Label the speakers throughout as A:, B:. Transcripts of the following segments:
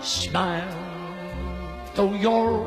A: Smile, though your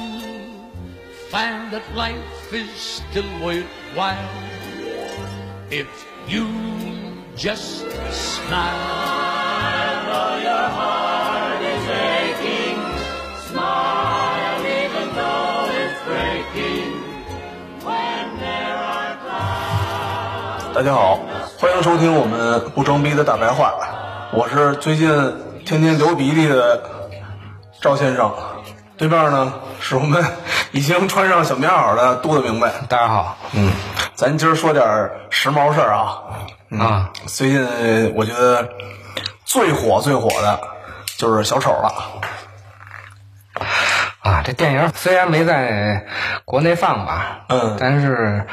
A: find that life is still worthwhile if you just smile.
B: Smile, 大家好，欢迎收听我们不装逼的大白话，我是最近天天流鼻涕的赵先生，对面呢是我们 已经穿上小棉袄的杜的明白，
C: 大家好，
B: 嗯，咱今儿说点儿时髦事儿啊。嗯
C: 啊，
B: 最近我觉得最火最火的就是小丑了。
C: 啊，这电影虽然没在国内放吧，
B: 嗯
C: 但是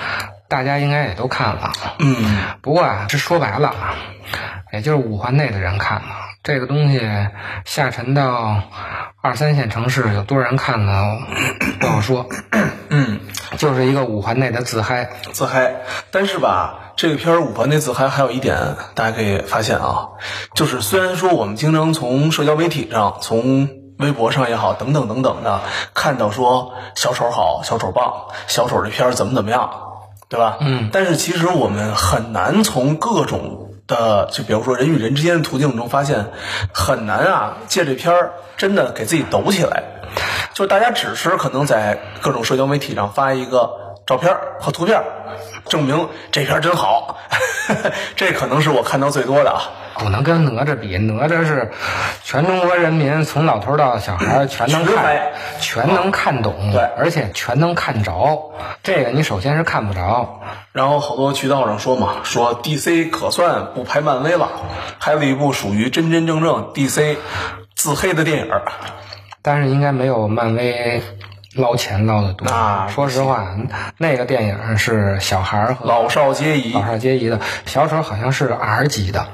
C: 大家应该也都看了。啊
B: 嗯
C: 不过啊，这说白了，啊，也就是五环内的人看了这个东西，下沉到二三线城市有多少人看呢？不好说，
B: 嗯，
C: 就是一个五环内的自嗨。
B: 自嗨。但是吧，这个片儿五环内自嗨还有一点，大家可以发现啊，就是虽然说我们经常从社交媒体上、从微博上也好，等等等等的看到说小丑好、小丑棒、小丑这片儿怎么怎么样，对吧？
C: 嗯
B: 但是其实我们很难从各种的，就比如说人与人之间的途径中发现，很难啊，借这片儿真的给自己抖起来。就是大家只是可能在各种社交媒体上发一个照片儿和图片儿，证明这片儿真好， 这可能是我看到最多的啊。
C: 不能跟哪吒比，哪吒是全中国人民从老头到小孩儿全能
B: 全
C: 看
B: 白，啊
C: 全能看懂，
B: 对
C: 而且全能看着。这个你首先是看不着，
B: 然后好多渠道上说嘛，说 DC 可算不拍漫威了，还有一部属于真真正正 DC 自黑的电影儿。
C: 但是应该没有漫威捞钱捞的多。
B: 那
C: 说实话，那个电影是小孩儿和
B: 老少皆宜
C: 老，少皆宜的，小丑好像是 R 级的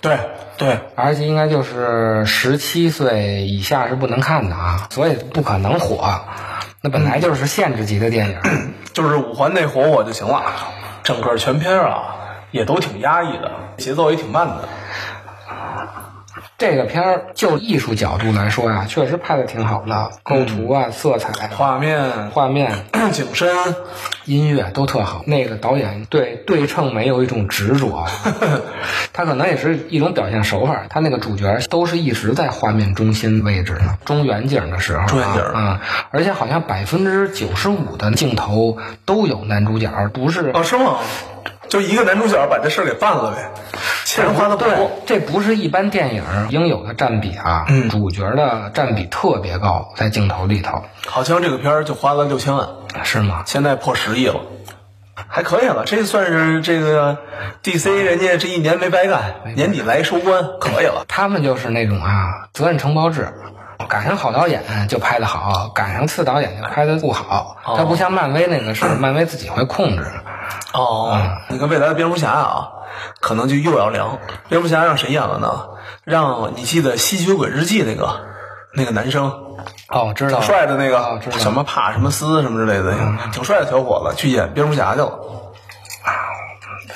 B: 对对，
C: ，R 级应该就是十七岁以下是不能看的啊，所以不可能火。那本来就是限制级的电影，
B: 就是五环内火火就行了。整个全片啊，也都挺压抑的，节奏也挺慢的。
C: 这个片儿就艺术角度来说呀、确实拍的挺好的，构图啊、色彩、
B: 画面、
C: 画面、
B: 景深，
C: 音乐都特好。那个导演对对称美有一种执着，啊 他可能也是一种表现手法。他那个主角都是一直在画面中心位置的，中远景的时候、啊，
B: 中远景
C: 啊、而且好像百分之九十五的镜头都有男主角，不是
B: 哦，是吗？就一个男主角把这事儿给办了呗，钱花的不
C: 对
B: 多。，
C: 这不是一般电影应有的占比啊！
B: 嗯
C: 主角的占比特别高，在镜头里头，
B: 好像这个片儿就花了六千万，
C: 是吗？
B: 现在破十亿了，还可以了。这算是这个 DC 人家这一年啊没白干，年底来收官，可以了。
C: 他们就是那种啊，责任承包制，赶上好导演就拍得好，赶上次导演就拍得不好。
B: 哦
C: 它不像漫威那 个是，漫威自己会控制。
B: 哦，你看未来的蝙蝠侠啊，可能就又要凉。蝙蝠侠让谁演了呢？让你记得《吸血鬼日记》那个那个男生，
C: 哦，知
B: 挺
C: 道了，
B: 帅的那
C: 哦
B: 个
C: 知道
B: 什么帕什么斯什么之类的，挺帅的小伙子去演蝙蝠侠去了，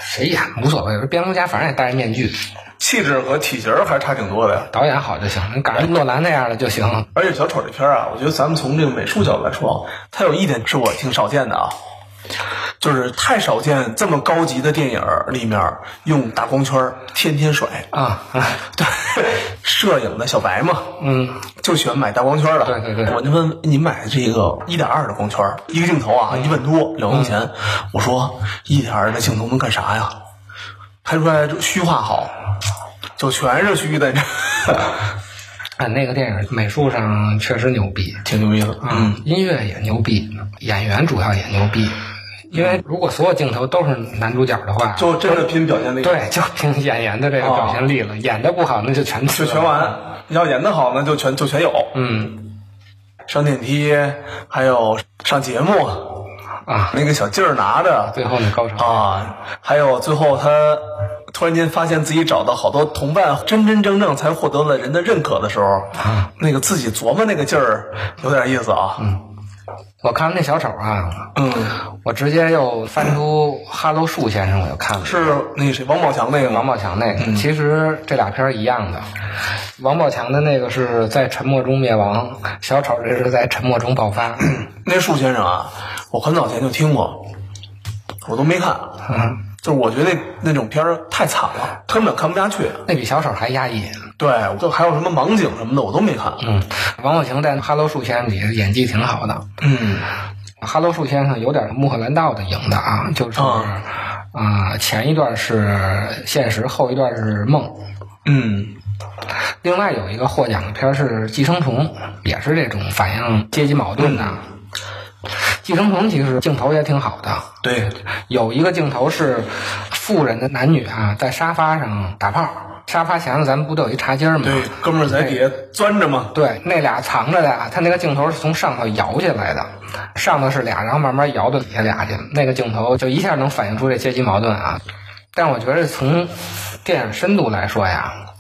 C: 谁演无所谓，蝙蝠侠反正也戴着面具，
B: 气质和体型还差挺多的呀。
C: 导演好就行，赶上诺兰那样的就行。
B: 而且小丑这片儿啊，我觉得咱们从这个美术角度来说，它有一点是我挺少见的啊，就是太少见这么高级的电影儿里面用大光圈儿天天 甩，
C: 啊啊，
B: 对，摄影的小白嘛，
C: 嗯，
B: 就喜欢买大光圈的。
C: 对对对
B: 我就问你买这个一点二的光圈，一个镜头啊，
C: 嗯
B: 一万多，两万块钱。我说一点二的镜头能干啥呀？拍出来就虚化好，就全是虚的，你知道吗
C: 哎，那个电影美术上确实牛逼，
B: 挺牛逼的。嗯，
C: 嗯，音乐也牛逼，演员主要也牛逼，因为如果所有镜头都是男主角的话，
B: 就真的拼表现力，，
C: 对，就凭演员的这个表现力了，演的不好那就全
B: 哦就全完。你要演得好呢，就全就全有。
C: 嗯
B: 上电梯，还有上节目，
C: 啊，
B: 那个小劲儿拿的，
C: 最后那高潮，
B: 啊，还有最后他突然间发现自己找到好多同伴，真真正正才获得了人的认可的时候，
C: 啊
B: 那个自己琢磨那个劲儿有点意思啊。嗯
C: 我看那小丑啊，我直接又翻出《哈喽树先生》，我又看了。
B: 是嗯那谁王宝强那个
C: 王
B: 吗？
C: 宝强那个，其实这俩片儿一样的。王宝强的那个是在沉默中灭亡，小丑这是在沉默中爆发。
B: 那树先生啊，我很早前就听过，我都没看。
C: 嗯
B: 就是我觉得那那种片儿太惨了，根本看不下去。
C: 那比小丑还压抑。
B: 对，我就还有什么盲井什么的，我都没看。
C: 嗯，王宝强在《哈喽树先生》里演技挺好的，
B: 嗯，
C: 《哈喽树先生》有点穆赫兰道的影的啊，就是
B: 啊
C: 啊、前一段是现实，后一段是梦。
B: 嗯，
C: 另外有一个获奖的片儿是《寄生虫》，也是这种反映阶级矛盾的。寄生虫》其实镜头也挺好的，
B: 对，
C: 有一个镜头是富人的男女啊，在沙发上打炮，沙发前头咱们不都有一茶几儿吗？
B: 对，哥们儿在底下钻着嘛。
C: 对，那俩藏着的啊，他那个镜头是从上头摇起来的，上头是俩，然后慢慢摇到底下俩去，那个镜头就一下能反映出这阶级矛盾啊。但我觉得从电影深度来说呀，《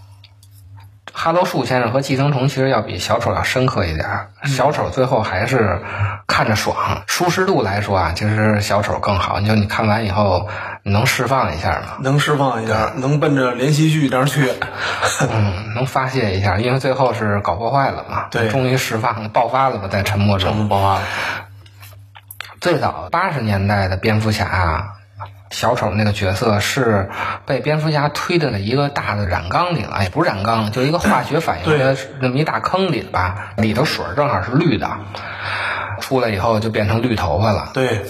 C: 哈喽树先生》和《寄生虫》其实要比小丑要深刻一点儿。小丑最后还是看着爽，舒适度来说啊，其实小丑更好。你就你看完以后你能释放一下嘛，
B: 能释放一下，能奔着连续剧那儿 去。
C: 嗯，能发泄一下，因为最后是搞破坏了嘛，
B: 对
C: 终于释放了，爆发了嘛，在沉默中。
B: 爆发了。
C: 最早八十年代的蝙蝠侠啊，小丑那个角色是被蝙蝠侠推到了一个大的染缸里了，也不是染缸，就一个化学反应的那么一大坑里吧，里头水正好是绿的，出来以后就变成绿头发了。
B: 对，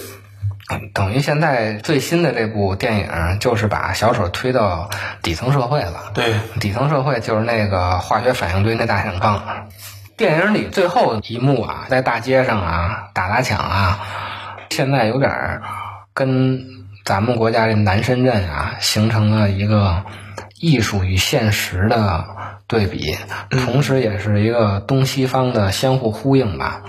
C: 等于现在最新的这部电影就是把小丑推到底层社会了。
B: 对，
C: 底层社会就是那个化学反应堆那大染缸。电影里最后一幕啊，在大街上啊打砸抢啊，现在有点儿跟咱们国家这南深圳啊形成了一个艺术与现实的对比，同时也是一个东西方的相互呼应吧。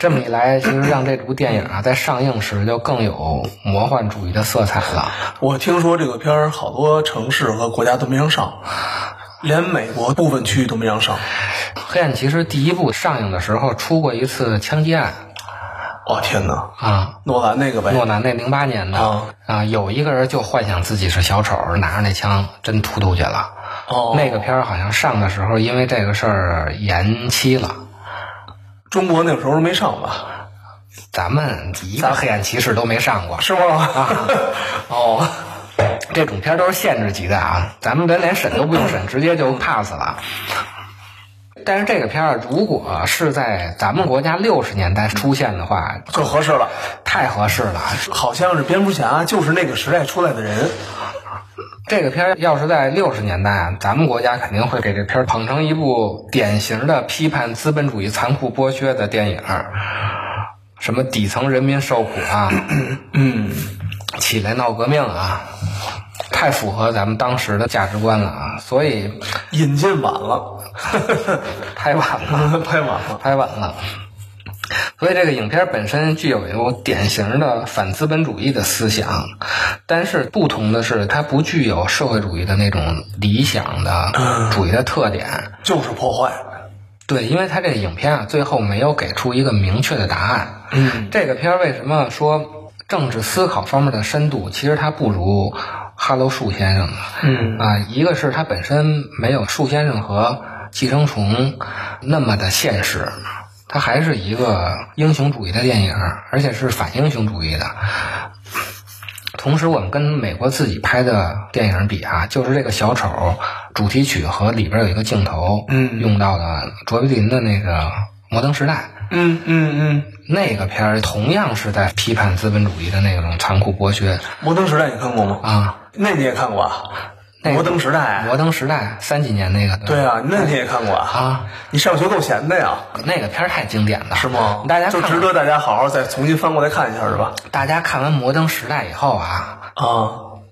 C: 这么一来，其实让这部电影啊在上映时就更有魔幻主义的色彩了。
B: 我听说这个片儿好多城市和国家都没让上，连美国部分区域都没让上。
C: 黑暗骑士第一部上映的时候出过一次枪击案
B: 哦天哪，
C: 啊，
B: 诺兰那个呗
C: 诺。兰那零八年的
B: 哎啊
C: 啊，有一个人就幻想自己是小丑，拿着那枪真突突去了。
B: 哦，
C: 那个片儿好像上的时候因为这个事儿延期了。
B: 中国那个时候没上吧？
C: 咱们一个黑暗骑士都没上过，啊
B: 是吗？ 哦，
C: 这种片儿都是限制级的啊，咱们连连审都不用审，直接就 pass 了。但是这个片儿如果是在咱们国家六十年代出现的话，
B: 就合适了。
C: 太合适了。
B: 好像是蝙蝠侠就是那个时代出来的人。
C: 这个片儿要是在六十年代啊，咱们国家肯定会给这片儿捧成一部典型的批判资本主义残酷剥削的电影儿，什么底层人民受苦啊，
B: 嗯，
C: 起来闹革命啊，太符合咱们当时的价值观了啊，所以
B: 引进晚了，
C: 拍晚了。
B: 拍晚了。
C: 拍晚了。所以这个影片本身具有有典型的反资本主义的思想，但是不同的是，它不具有社会主义的那种理想的主义的特点。
B: 就是破坏，
C: 对，因为它这个影片啊，最后没有给出一个明确的答案。嗯，这个片儿为什么说政治思考方面的深度，其实它不如《哈喽树先生》呢？
B: 嗯
C: 啊、一个是它本身没有《树先生》和《寄生虫》那么的现实，它还是一个英雄主义的电影，而且是反英雄主义的。同时，我们跟美国自己拍的电影比啊，就是这个小丑主题曲和里边有一个镜头，
B: 嗯
C: 用到了卓别林的那个《摩登时代》，
B: 嗯嗯嗯，
C: 那个片儿同样是在批判资本主义的那种残酷剥削
B: 《摩登时代》你看过吗？
C: 啊。
B: 那你也看过啊？
C: 那个
B: 摩登时代》
C: 摩登时代三几年那个，
B: 对啊，那你也看过啊？
C: 啊，
B: 你上学够闲的呀，
C: 那个片儿太经典了，
B: 是吗？
C: 大家
B: 啊就
C: 看
B: 值得大家好好再重新翻过来看一下，是吧？
C: 大家看完《摩登时代》以后啊，
B: 啊，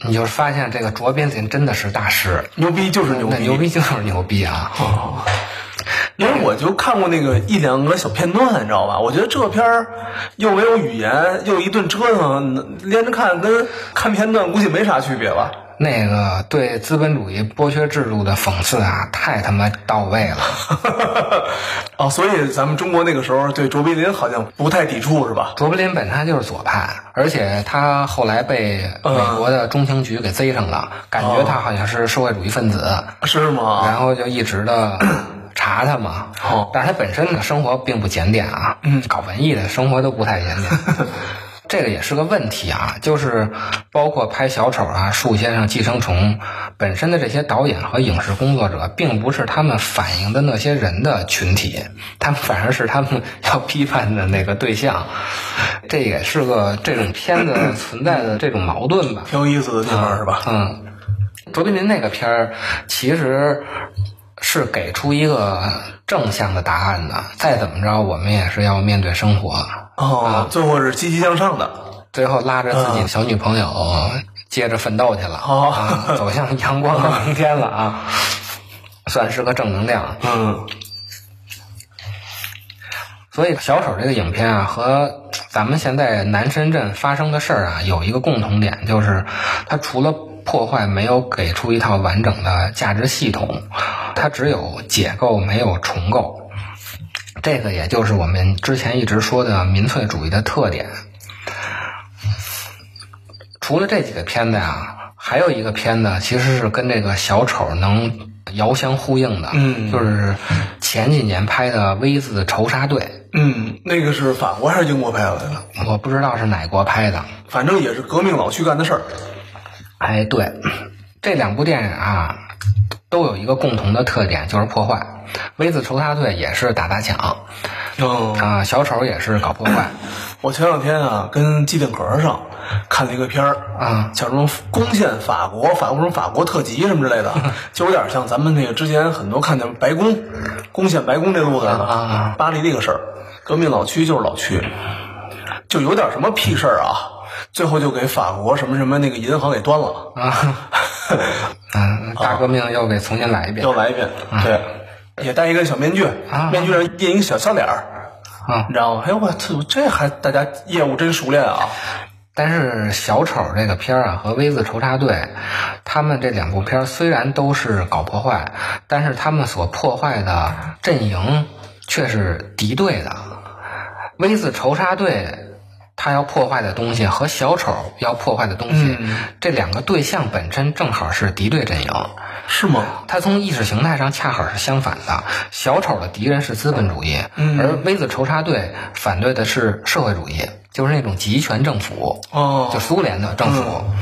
C: 你就是发现这个卓别林真的是大师，
B: 牛逼就是牛
C: 那
B: 逼，
C: 牛逼就是牛逼啊！
B: 因为我就看过那个一两个小片段，你知道吧？我觉得这片儿又没有语言，又一顿折腾，连着看跟看片段估计没啥区别吧？
C: 那个对资本主义剥削制度的讽刺啊，太他妈到位了。
B: 哦，所以咱们中国那个时候对卓别林好像不太抵触，是吧？
C: 卓别林本他就是左派，而且他后来被美国的中情局给贼上了，感觉他好像是社会主义分子，
B: 是吗？
C: 然后就一直的查他嘛。
B: 哦
C: 但是他本身的生活并不检点啊，搞文艺的生活都不太检点。这个也是个问题啊，就是包括拍小丑啊、树先生、寄生虫本身的这些导演和影视工作者，并不是他们反映的那些人的群体，他们反而是他们要批判的那个对象。这也是个这种片子存在的这种矛盾吧。
B: 挺有意思的地方是吧？
C: 嗯，卓别林那个片儿其实是给出一个正向的答案的。再怎么着，我们也是要面对生活，嗯
B: 哦，最后是积极向上的。
C: 最后拉着自己的小女朋友接着奋斗去了，
B: 嗯哦
C: 啊走向阳光的明天了啊，算是个正能量。
B: 嗯，
C: 所以小丑这个影片啊，和咱们现在南深圳发生的事儿啊，有一个共同点，就是它除了破坏，没有给出一套完整的价值系统，它只有解构，没有重构。这个也就是我们之前一直说的民粹主义的特点。除了这几个片子啊，还有一个片子其实是跟这个小丑能遥相呼应的，
B: 嗯
C: 就是前几年拍的《V 字仇杀队》。
B: 嗯，那个是法国还是英国拍的来的？
C: 我不知道是哪国拍的。
B: 反正也是革命老区干的事儿。
C: 哎，对， 这两部电影啊，都有一个共同的特点，就是破坏。《V 字仇杀队》也是打砸抢
B: 嗯，
C: 啊，小丑也是搞破 坏。
B: 我前两天啊跟机顶格上看了一个片儿
C: 啊
B: 叫什么攻陷法国，法国什么法国特辑什么之 类的，就有点像咱们那个之前很多看的白宫攻陷白宫这路子
C: 啊啊
B: 巴黎那个事儿，革命老区就是老区，就有点什么屁事儿啊，最后就给法国什么什么那个银行给端了，
C: 啊， 嗯，大革命又给重新来一遍
B: 又来一遍，对，也戴一个小面具，
C: 嗯啊
B: 面具上印一个小笑脸儿。
C: 啊
B: 你！知道吗？哎呦我操，这还大家业务真熟练啊！
C: 但是小丑这个片儿啊和 V 字仇杀队，他们这两部片儿虽然都是搞破坏，但是他们所破坏的阵营却是敌对的。V 字仇杀队他要破坏的东西和小丑要破坏的东西，这两个对象本身正好是敌对阵营。
B: 是吗？
C: 它从意识形态上恰好是相反的。小丑的敌人是资本主义，而 V 字仇杀队反对的是社会主义，就是那种集权政府，
B: 哦
C: 就苏联的政府。
B: 嗯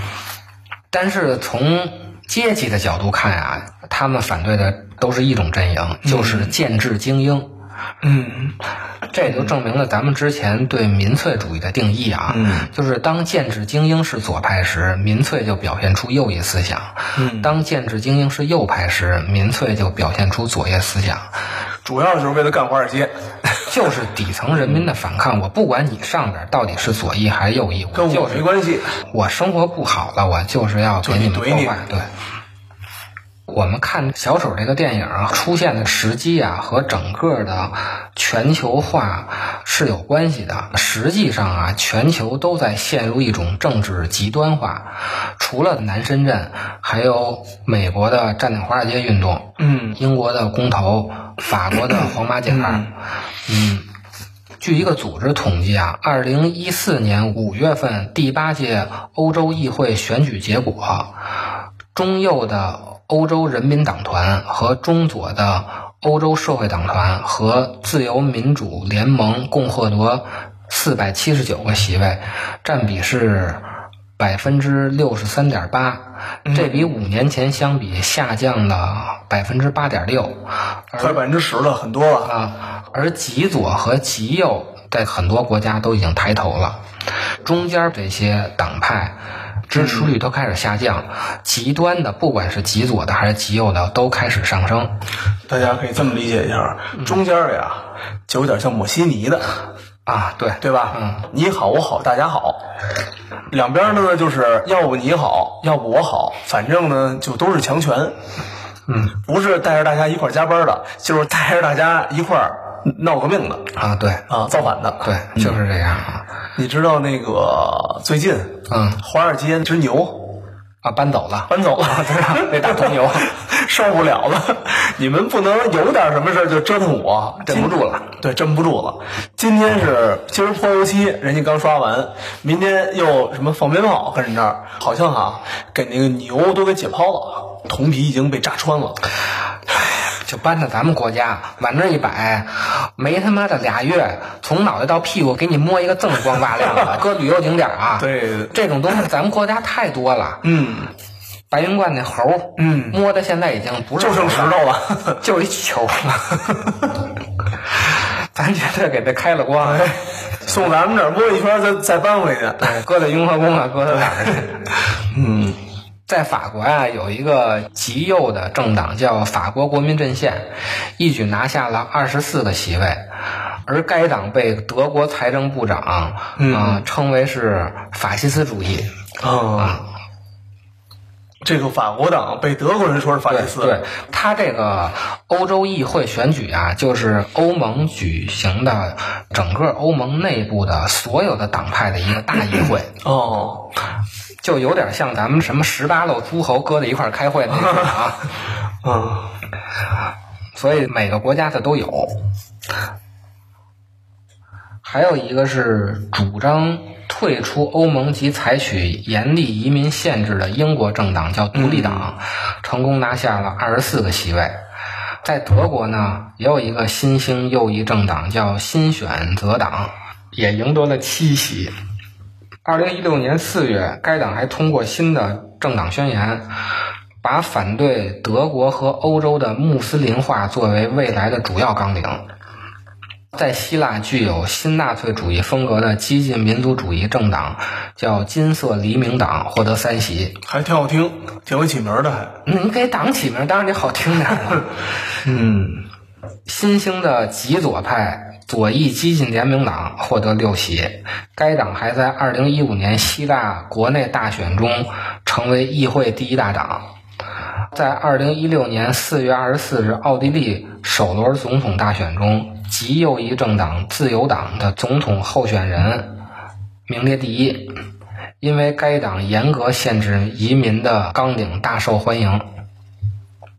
C: 但是从阶级的角度看啊，他们反对的都是一种阵营，就是建制精英。
B: 嗯，
C: 这也就证明了咱们之前对民粹主义的定义啊，
B: 嗯
C: 就是当建制精英是左派时，民粹就表现出右翼思想；
B: 嗯
C: 当建制精英是右派时，民粹就表现出左翼思想。
B: 主要就是为了干华尔街，
C: 就是底层人民的反抗，我不管你上边到底是左翼还是右翼，
B: 跟
C: 就
B: 我
C: 是
B: 没关系。
C: 我生活不好了，我就是要给你们破
B: 就你怼
C: 坏。对，我们看小丑这个电影啊，出现的时机啊和整个的全球化是有关系的。实际上啊，全球都在陷入一种政治极端化，除了南深圳，还有美国的占领华尔街运动，
B: 嗯，
C: 英国的公投，法国的黄马甲，嗯。据一个组织统计啊，二零一四年五月份第八届欧洲议会选举结果，中右的欧洲人民党团和中左的欧洲社会党团和自由民主联盟共获得四百七十九个席位，占比是百分之六十三点八，这比五年前相比下降了百分之八点六，
B: 快百分之十了，很多了。
C: 啊，而极左和极右在很多国家都已经抬头了，中间这些党派支持
B: 嗯
C: 率都开始下降，极端的不管是极左的还是极右的都开始上升。
B: 大家可以这么理解一下，
C: 嗯
B: 中间儿呀，就有点像抹稀泥的，
C: 啊，对
B: 对吧？
C: 嗯，
B: 你好，我好，大家好。两边儿呢，就是要不你好，要不我好，反正呢就都是强权。嗯，不是带着大家一块儿加班儿的，就是带着大家一块儿 闹革命的
C: 啊，对
B: 啊，造反的。
C: 对，就是这样啊，
B: 你知道那个最近
C: 嗯
B: 华尔街之牛
C: 啊，搬走了，
B: 搬 走了，
C: 那大公牛
B: 受不了了，你们不能有点什么事儿就折腾我，
C: 镇不住了
B: 今。对，镇不住了。今天是今儿泼油漆，人家刚刷完，明天又什么放鞭炮，跟人这儿好像啊，给那个牛都给解剖了，铜皮已经被炸穿了。
C: 就搬到咱们国家，往那一摆，没他妈的俩月，从脑袋到屁股给你摸一个锃光瓦亮的，搁旅游景点啊，
B: 对
C: 这种东西咱们国家太多了。
B: 嗯，
C: 白云观那猴儿，
B: 嗯
C: 摸的现在已经不是
B: 就剩石
C: 猴
B: 头
C: 儿了，
B: 了。
C: 就一球了。咱绝对给它开了光，
B: 哎送咱们这儿摸一圈，再再搬回去。
C: 搁在雍和宫啊，搁在哪儿去？
B: 嗯，
C: 在法国啊，有一个极右的政党叫法国国民阵线，一举拿下了二十四个席位，而该党被德国财政部长啊、
B: 嗯
C: 呃称为是法西斯主义。
B: 啊，
C: 嗯
B: 这个法国党被德国人说是法西斯，
C: 对，对，他这个欧洲议会选举啊，就是欧盟举行的整个欧盟内部的所有的党派的一个大议会，
B: 哦，
C: 就有点像咱们什么十八路诸侯搁在一块儿开会那种啊。
B: 嗯，
C: 所以每个国家它都有。还有一个是主张退出欧盟及采取严厉移民限制的英国政党叫独立党，成功拿下了二十四个席位。在德国呢，也有一个新兴右翼政党叫新选择党，也赢得了七席。二零一六年四月，该党还通过新的政党宣言，把反对德国和欧洲的穆斯林化作为未来的主要纲领。在希腊具有新纳粹主义风格的激进民族主义政党叫金色黎明党获得三席，
B: 还挺好听，挺会起名儿的还。
C: 你给党起名，当然得好听点儿了。
B: 嗯，
C: 新兴的极左派左翼激进联盟党获得六席，该党还在2015年希腊国内大选中成为议会第一大党。在2016年4月24日奥地利首轮总统大选中，极右翼政党自由党的总统候选人名列第一，因为该党严格限制移民的纲领大受欢迎。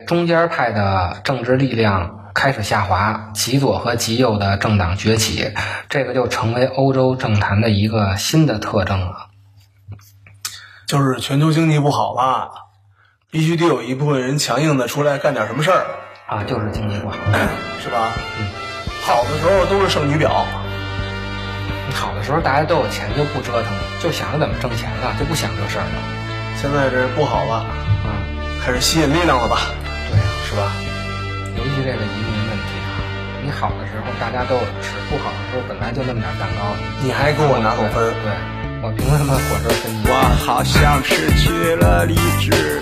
C: 中间派的政治力量开始下滑，极左和极右的政党崛起，这个就成为欧洲政坛的一个新的特征了。
B: 就是全球经济不好了，必须得有一部分人强硬的出来干点什么事儿，
C: 啊，就是经济不好，
B: 是吧？好的时候都是剩女表，
C: 好的时候大家都有钱就不折腾了，就想着怎么挣钱了，就不想这事儿了。
B: 现在这不好了，
C: 啊，
B: 开始吸引力量了吧？
C: 对啊，
B: 是吧？
C: 尤其这个移民问题啊，你好的时候大家都有吃，不好的时候本来就那么点蛋糕，
B: 你还给我拿口分
C: 对，我凭什么火车分你？
D: 我好像失去了理智。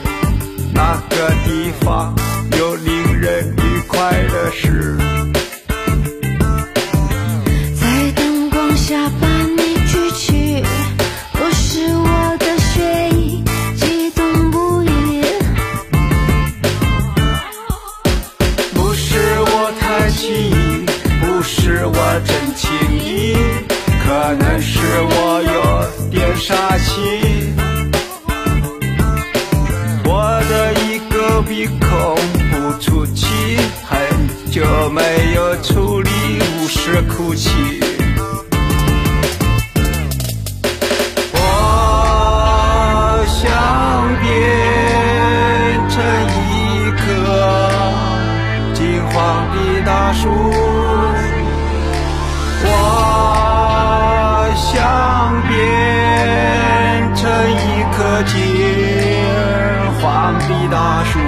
D: 那个地方有令人愉快的事。
E: 在灯光下把你举起，不是我的睡意，激动不已。
D: 不是我太轻易，不是我真轻易，可能是我有点傻气。我的一个鼻孔不出气，很久没有处理，无视哭泣。我想变成一颗金黄的束。我想变成一棵金黄的大树。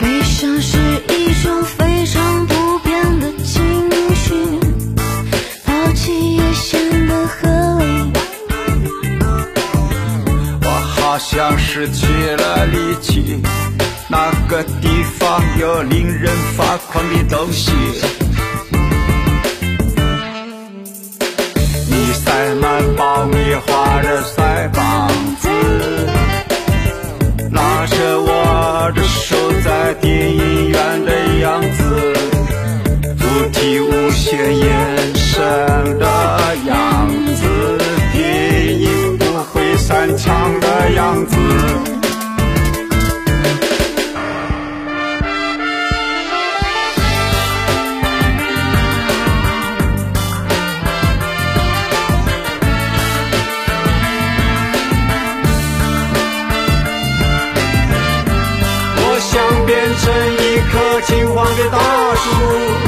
E: 悲伤是一种非常普遍的情绪，抛弃也显得合理。
D: 我好像失去了力气，那个地方有令人发狂的东西。你塞满爆米花的腮帮子，拉着我的手在电影院的样子，不提无限延伸的样子，电影不会散场的样子。我想变成一棵金黄的大树。